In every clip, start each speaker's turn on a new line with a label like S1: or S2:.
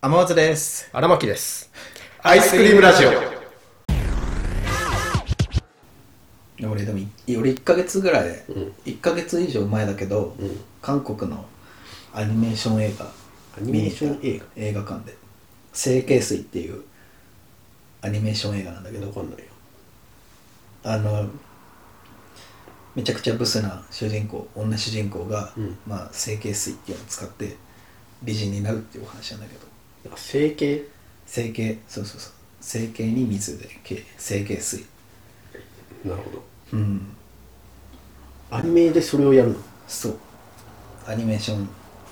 S1: 天松です。
S2: 荒牧です。
S1: アイスクリームラジオ
S3: 俺でもい俺1ヶ月ぐらい、1ヶ月以上前だけど、韓国のアニメーション映画
S2: アニメーション映画
S3: 映画館で「整形水」っていうアニメーション映画なんだけど
S2: わかんないよ。
S3: あのめちゃくちゃブスな主人公女主人公が、
S2: うん
S3: まあ、整形水っていうのを使って美人になるっていうお話なんだけど
S2: あ整形
S3: 整形そうそうそう整形に水でけ整形水
S2: なるほど。
S3: うん
S2: アニメでそれをやるの。へ
S3: そうアニメーション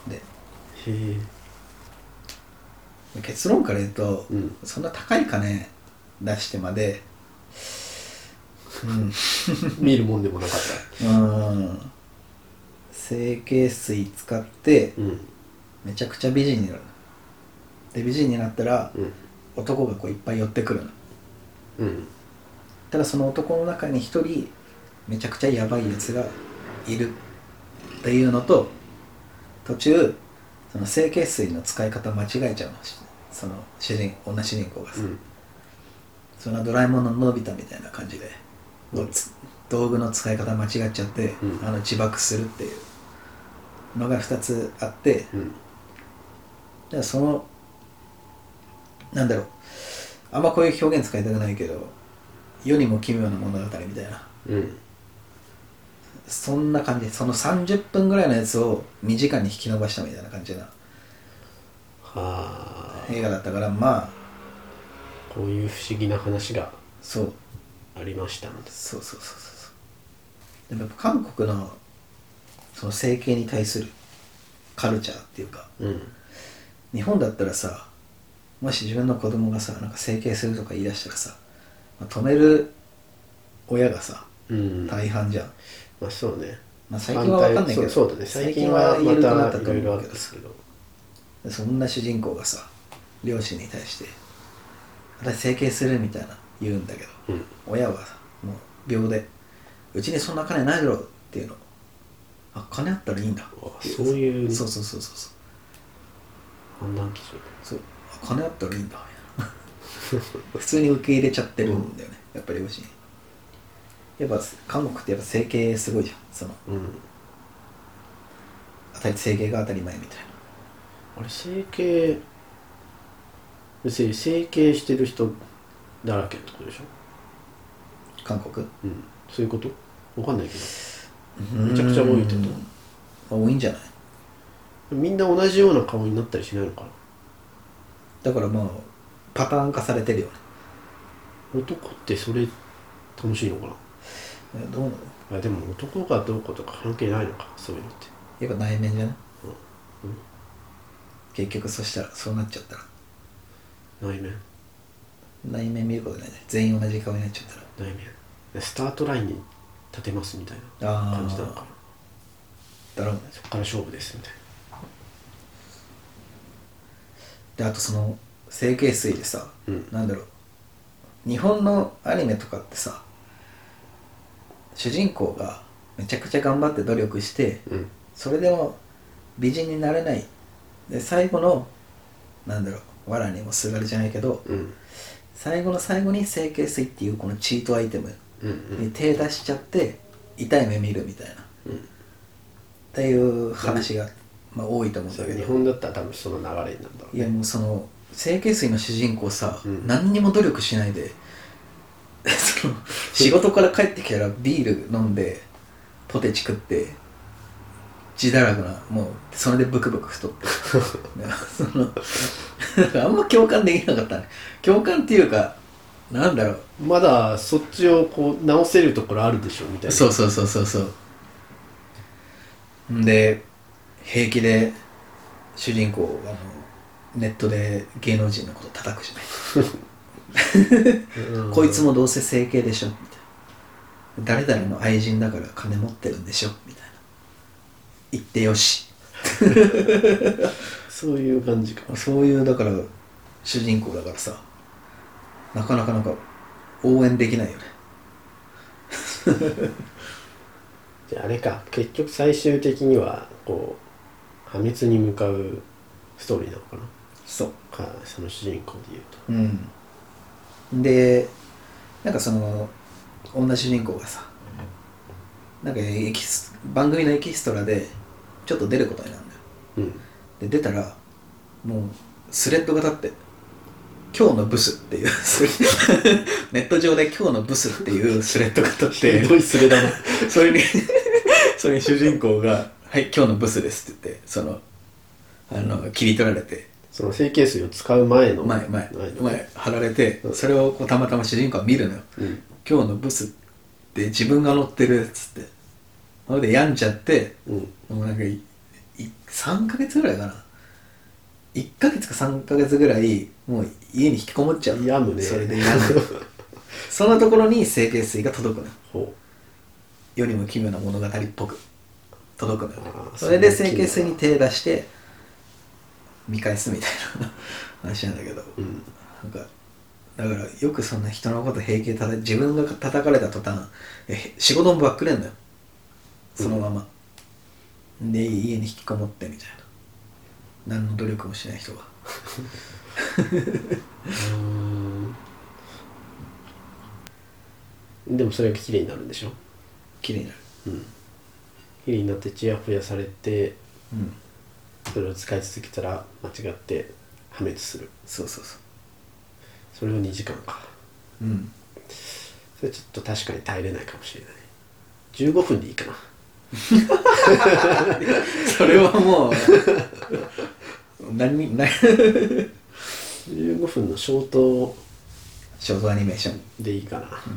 S3: で
S2: え。
S3: 結論から言うと、
S2: うん
S3: そんな高い金出してまで
S2: 見るもんでもなかっ
S3: うん整形水使って
S2: た。うん。
S3: めちゃくちゃ美人になるで美人になったら
S2: うん。
S3: 男がこういっぱい寄ってくるの
S2: うん。
S3: ただその男の中に一人めちゃくちゃヤバいやつがいるっていうのと途中その整形水の使い方間違えちゃうのその主人女主人公がさ、
S2: うん。
S3: そのドラえもんののび太みたいな感じで、
S2: うん
S3: つ道具の使い方間違っちゃって、
S2: うん
S3: あの自爆するっていうのが2つあって
S2: うん。
S3: じゃあそのなんだろうあんまこういう表現使いたくないけど世にも奇妙な物語みたいな
S2: うん。
S3: そんな感じその30分ぐらいのやつを2時間に引き伸ばしたみたいな感じな
S2: はあ。
S3: 映画だったからまあ
S2: こういう不思議な話が
S3: そう
S2: ありましたので。
S3: そうそうそうそうそうでもやっぱ韓国のその整形に対するカルチャーっていうか
S2: うん。
S3: 日本だったらさもし自分の子供がさなんか整形するとか言い出したらさ、まあ止める親がさ
S2: うん。
S3: 大半じゃん、
S2: まあそうね。
S3: まあ、最近は分かんないけど
S2: 反対そうそうだね。最近は
S3: 言えるようにな
S2: ま
S3: ったた
S2: い
S3: と
S2: ろい
S3: 思
S2: ろあ
S3: う
S2: っ
S3: け
S2: た
S3: どさ
S2: けど。
S3: そんな主人公がさ両親に対して「私整形する」みたいな言うんだけど
S2: うん。
S3: 親はもう秒で「うちにそんな金ないだろ」っていうのあ金あったらいいんだ
S2: あそういう
S3: そうそうそうそうそう
S2: 判断基準。
S3: そうあ金あったらいいんだ 普通に受け入れちゃってるんだよね、やっぱり両親やっぱ韓国ってやっぱ整形すごいじゃんその
S2: うん。
S3: 当たり整形が当たり前みたいな
S2: あれ整形別に整形してる人だらけってことでしょ
S3: 韓国
S2: うんそういうことわかんないけどめちゃくちゃ多いってこ
S3: と多いんじゃない
S2: みんな同じような顔になったりしないのか
S3: だからまあパターン化されてるよね
S2: な男ってそれ楽しいのか
S3: えどうなの
S2: ないやでも男がどうこうとか関係ないのかそういうのって
S3: やっぱ内面じゃない、
S2: うんうん
S3: 結局そしたらそうなっちゃったら
S2: 内面
S3: 内面見ることないね全員同じ顔になっちゃったら
S2: 内面スタートラインに立てますみたいな
S3: あー
S2: 感じなのかな
S3: だろうね
S2: そこから勝負ですみたい
S3: であとその整形水でさ、
S2: うん
S3: なんだろう日本のアニメとかってさ主人公がめちゃくちゃ頑張って努力して
S2: なうん
S3: それでも美人になれないで最後のなんだろう藁にもすがるじゃないけど
S2: うん
S3: 最後の最後に整形水っていうこのチートアイテム
S2: うん
S3: に手出しちゃって痛い目見るみたいな、っていう話が、まあ、多いと思うんだ
S2: う
S3: け
S2: ん日
S3: ど
S2: 本だったら多分その流れになるんだろう
S3: いやもうその整形水の主人公さ、
S2: うん
S3: 何にも努力しないで その仕事から帰ってきたらビール飲んでポテチ食って自堕落なもうそれでブクブク太って だからそのなん かあんま共感できなかったね共感っていうかなんだろう
S2: まだそっちをこう直せるところあるでしょみたいな
S3: そうそうそうそうそうんで平気で主人公あのネットで芸能人のこと叩くじゃない
S2: うん
S3: こいつもどうせ整形でしょみたいな誰々の愛人だから金持ってるんでしょみたいな言ってよし
S2: そういう感じか
S3: そういうだから主人公だからさなかなかなんか応援できないよね
S2: じゃああれか結局最終的にはこう破滅に向かうストーリーなのかな
S3: そう
S2: かその主人公でいうと
S3: うん、でなんかその女主人公がさなんかエキス番組のエキストラでちょっと出ることになるんだよ
S2: うん
S3: で出たらもうスレッドが立って「今日のブス」っていう ネット上で「今日のブス」っていうスレッドが立 って
S2: いスレだな
S3: それに それに主人公が「はい今日のブスです」って言ってそのあの切り取られて
S2: その整形水を使う前の
S3: 前前
S2: の
S3: 前貼られて
S2: うん
S3: それをこうたまたま主人公は見るのよ
S2: うん
S3: 今日のブスって自分が乗ってるっつってそれで病んじゃって
S2: うん
S3: もうなんかいい3ヶ月ぐらいかな1ヶ月か3ヶ月ぐらいもう家に引きこもっちゃうの
S2: 病むね
S3: それで病むそんなところに整形水が届くの
S2: ほ
S3: 世にも奇妙な物語っぽく届くのよ
S2: あー
S3: それで
S2: そん
S3: 整
S2: な奇妙
S3: 形水に手出して見返すみたいな話なんだけど、
S2: ううん
S3: なんかだからよくそんな人のこと平気でたた自分が叩かれた途端えへ仕事もバックレんだよそのまま、で家に引きこもってみたいな何の努力もしない人が
S2: うーんでもそれが綺麗になるんでしょ
S3: 綺麗になる
S2: うん綺麗になってチヤホヤされて
S3: うん
S2: それを使い続けたら間違って破滅する
S3: そうそうそ
S2: それを2時間か
S3: ううん
S2: それちょっと確かに耐えれないかもしれない15分でいいかな
S3: それはも う何に何
S2: 15分の消灯
S3: ショートアニメーション
S2: でいいかな、確か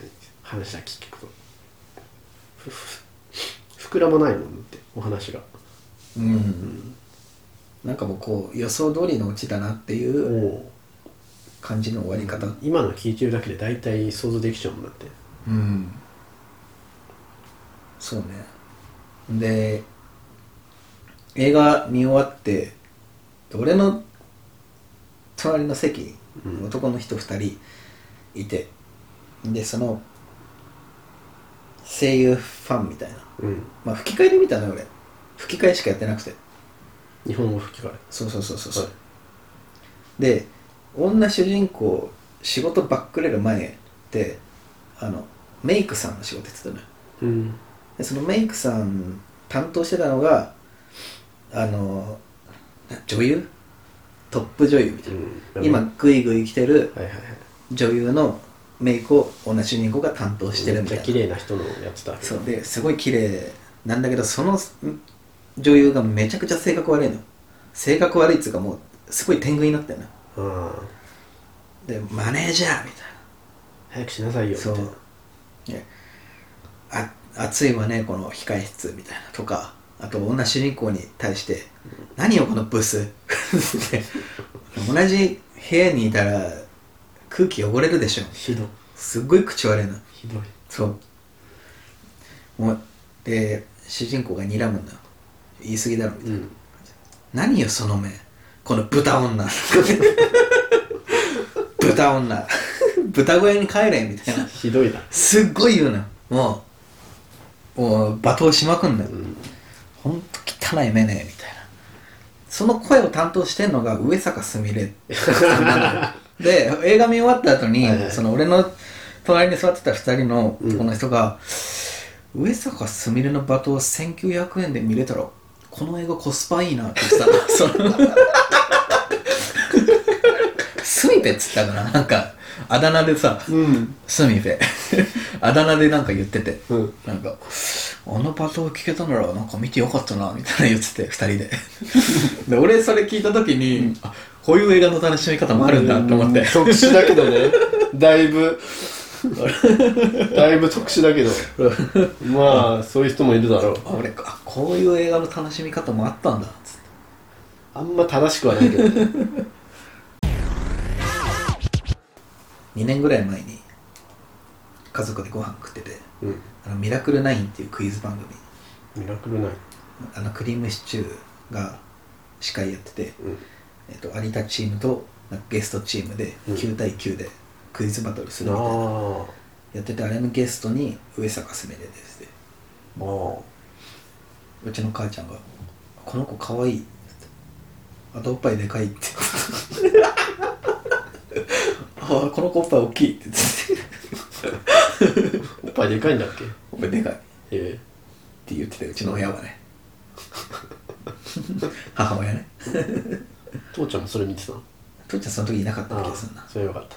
S2: に話は聞くとふふ膨らまないもんってお話が
S3: うん、なんかもうこう予想通りのオチだなっていう
S2: もう
S3: 感じの終わり方
S2: 今の聞いてるだけで大体想像できちゃうもんだって
S3: うんそうねで映画見終わって俺の隣の席、
S2: うん
S3: 男の人2人いてでその声優ファンみたいな
S2: うん
S3: まあ吹き替えで見たのよ俺吹き替えしかやってなくて
S2: 日本語吹き替
S3: そうそうそうそう
S2: え
S3: そう、
S2: はい
S3: で女主人公仕事ばっくれる前ってあのメイクさんの仕事やってたのよ
S2: うん
S3: でそのメイクさん担当してたのがあのな女優トップ女優みたいな、
S2: うん
S3: 今グイグイ来てる
S2: はいはいはい
S3: 女優のメイクを同じ主人公が担当してるみたい
S2: めっちゃ
S3: な
S2: 綺麗な人のやつだ
S3: そうですごい綺麗なんだけどそのん女優がめちゃくちゃ性格悪いの性格悪いっつうかもうすごい天狗になったよな
S2: ああ
S3: でマネージャーみたいな
S2: 早くしなさいよみた
S3: そ
S2: いうな
S3: ねあ暑いわねこの控え室みたいなとかあと女主人公に対して「何よこのブス」って同じ部屋にいたら空気汚れるでしょ
S2: ひどい
S3: すっごい口悪いの
S2: ひどい
S3: そうもうで主人公が睨むんだ言い過ぎだろみたいな、
S2: うん
S3: 何よその目この豚女豚女豚小屋に帰れみたいな
S2: ひど いな
S3: すっごい言うなもうもう罵倒しまくんだよ、
S2: うん
S3: ほんと汚い目ねみたいなその声を担当してんのが上坂すみれさんなのよで映画見終わった後に、
S2: はいはい
S3: その俺の隣に座ってた2人の
S2: うん
S3: この人が、上坂すみれの罵倒1900円で見れたらこの映画コスパいいなって言ってた のそのスミペっつったかななんかあだ名でさ、
S2: うん
S3: スミペ あだ名でなんか言ってて、
S2: うん
S3: なんかあのパートを聞けたならなんか見てよかったなみたいな言ってて2人 でで俺それ聞いた時に、あこういう映画の楽しみ方もあるんだと思って
S1: 特殊だけどね。だいぶ、だいぶ特殊だけど。 まあ、そういう人もいるだろう。
S3: あ俺あこういう映画の楽しみ方もあったんだっつって
S1: あんま正しくはないけどね。
S3: 2年ぐらい前に家族でご飯食ってて
S2: うん
S3: あのミラクルナインっていうクイズ番組
S2: ミラクルない
S3: あのクリームシチューが司会やってて、
S2: うん
S3: えっと、有田チームとなんかゲストチームで
S2: うん
S3: 9対9でクイズバトルするみたいな、
S2: あ
S3: やっててあれのゲストに上坂すみれですで
S2: あああ
S3: うちの母ちゃんが「この子かわいい」って言ってあとおっぱいでかいって 言ってたああこの子おっぱい大きいって言ってて
S2: おっぱいでかいんだっけ
S3: おっぱいでかいっ
S2: え
S3: て言ってたうちの親は ね母親ね
S2: え父ちゃんもそれ見てたの
S3: 父ちゃんその時いなかったんだけ
S2: あ
S3: どそんな
S2: あそれよかった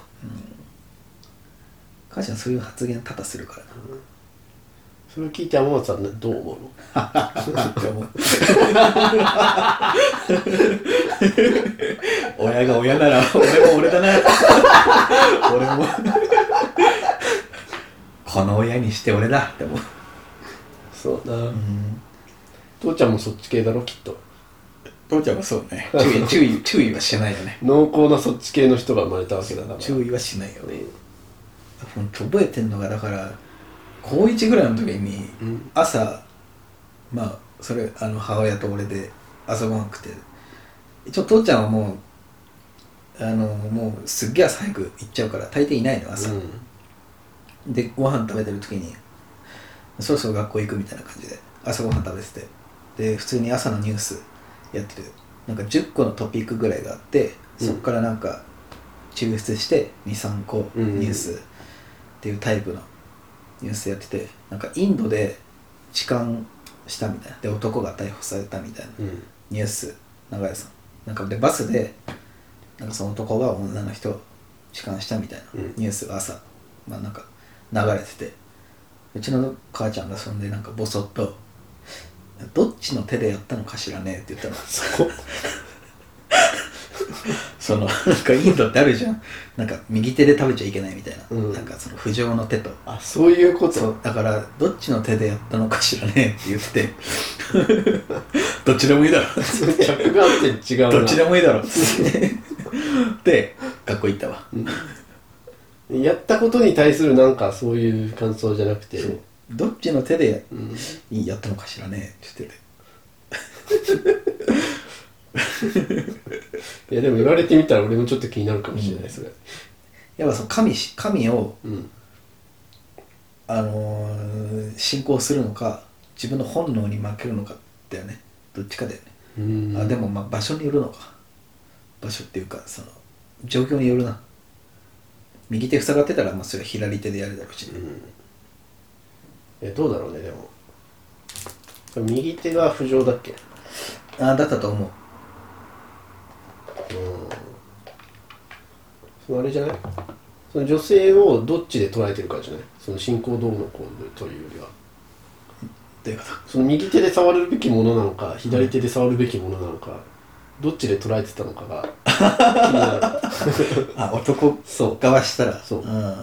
S3: 母ちゃんそういう発言多々するからな
S2: それを聞いて天松さんねどう思うの
S3: って思う 親が親なら俺も俺だな俺もこの親にして俺だって思う、
S2: そうだな父ちゃんもそっち系だろきっと
S3: 父ちゃんはそうね注意注意注意はしないよね
S2: 濃厚なそっち系の人が生まれたわけだから
S3: 注意はしないよね本当覚えてんのがだから高1ぐらいの時に
S2: うん
S3: 朝まあそれあの母親と俺で遊ばなくて一応父ちゃんはもうあのもうすっげえ朝早く行っちゃうから大抵いないの朝、でご飯食べてる時にそろそろ学校行くみたいな感じで朝ご飯食べててで普通に朝のニュースやってるなんか10個のトピックぐらいがあって
S2: うん
S3: そこからなんか抽出して23個ニュースっていうタイプのニュースやっててなんかインドで痴漢したみたいなで男が逮捕されたみたいな
S2: うんうん
S3: ニュース長屋さんなんかでバスでなんかその男が女の人を痴漢したみたいな
S2: うん
S3: ニュースが朝、まあ、なんか流れててうちの母ちゃんがそんでなんかボソッと「どっちの手でやったのかしらね」って言ったの
S2: そこ
S3: そのなんかインドってあるじゃんなんか右手で食べちゃいけないみたいな、
S2: うん
S3: なんかその不浄の手と
S2: あそういうこ
S3: そう
S2: と
S3: だからどっちの手でやったのかしらねって言って どっちでもいいだろって
S2: 着眼点違うな
S3: どっちでもいいだろっつって で学校行ったわ
S2: やったことに対するなんかそういう感想じゃなくて
S3: どっちの手で
S2: うん
S3: やったのかしらねって言ってて
S2: いやでも言われてみたら俺もちょっと気になるかもしれない、
S3: うん
S2: それ
S3: やっぱその神し神を、
S2: うん
S3: あのー信仰するのか自分の本能に負けるのかだよねどっちかだよね、
S2: うん
S3: あでもまあ場所によるのか場所っていうかその状況によるな右手塞がってたらまあそれは左手でやるだろうし、
S2: えどうだろうねでも右手が不浄だっけ
S3: ああだったと思う
S2: そのあれじゃないその女性をどっちで捉えてるかじゃないその信仰どうのこうのというよりは
S3: ということ
S2: その右手で触るべきものなのか左手で触るべきものなのかどっちで捉えてたのかが気になる
S3: あ男
S2: そう
S3: 側したら、
S2: そうん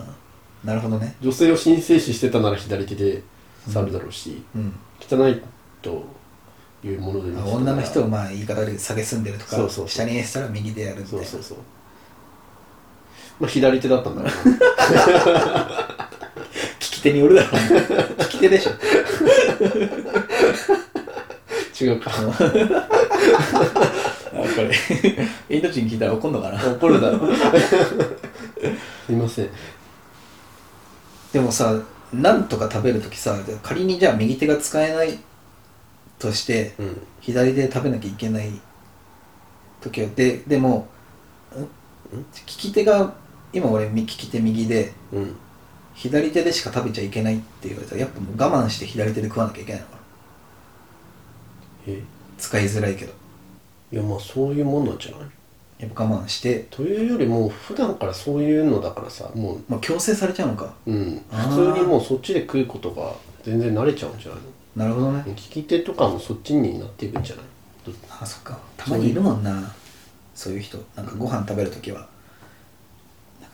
S3: なるほどね
S2: 女性を神聖視してたなら左手で触るだろうし、
S3: うん
S2: 汚いというもので見てたから
S3: 女の人をまあ言い方で下げすんでるとか
S2: そうそうそう
S3: 下にしたら右でやるみたい
S2: そ
S3: な
S2: うそうそうまあ左手だったんだろうな
S3: 利き手によるだ ろうね利き手でしょ
S2: 違うか
S3: あのあこれインド人聞いたら怒んのかな
S2: 怒るだろ すいません
S3: でもさなんとか食べるときさ仮にじゃあ右手が使えないとして
S2: うん
S3: 左手で食べなきゃいけない時はででもん利き手が今俺利き手右で
S2: うん
S3: 左手でしか食べちゃいけないって言われたらやっぱもう我慢して左手で食わなきゃいけないのかな
S2: え
S3: 使いづらいけど
S2: いやまあそういうもんなんじゃない
S3: やっぱ我慢して、
S2: というよりも普段からそういうのだからさも
S3: まあ、強制されちゃうのか
S2: ううん
S3: あー
S2: 普通にもうそっちで食うことが全然慣れちゃうんじゃないの
S3: なるほどね
S2: 利き手とかもそっちになっていくんじゃないど
S3: あそっかたまにいるもんなそういう人なんかご飯食べるときは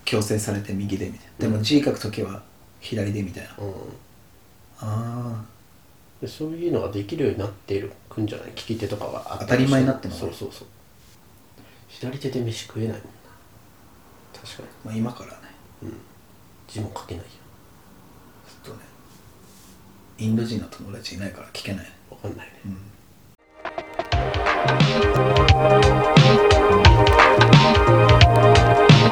S3: 強制されて右でみたいなでも字書くときは左でみたいな、あ
S2: うん
S3: あ
S2: でそういうのができるようになっているくんじゃない利き手とかは
S3: 当たり前になってんの
S2: そうそうそう左手で飯食えないもんな確かに
S3: まあ今からね
S2: 字も書けないよ
S3: ちょっとねインド人の友達いないから聞けない
S2: わかんないね
S3: うん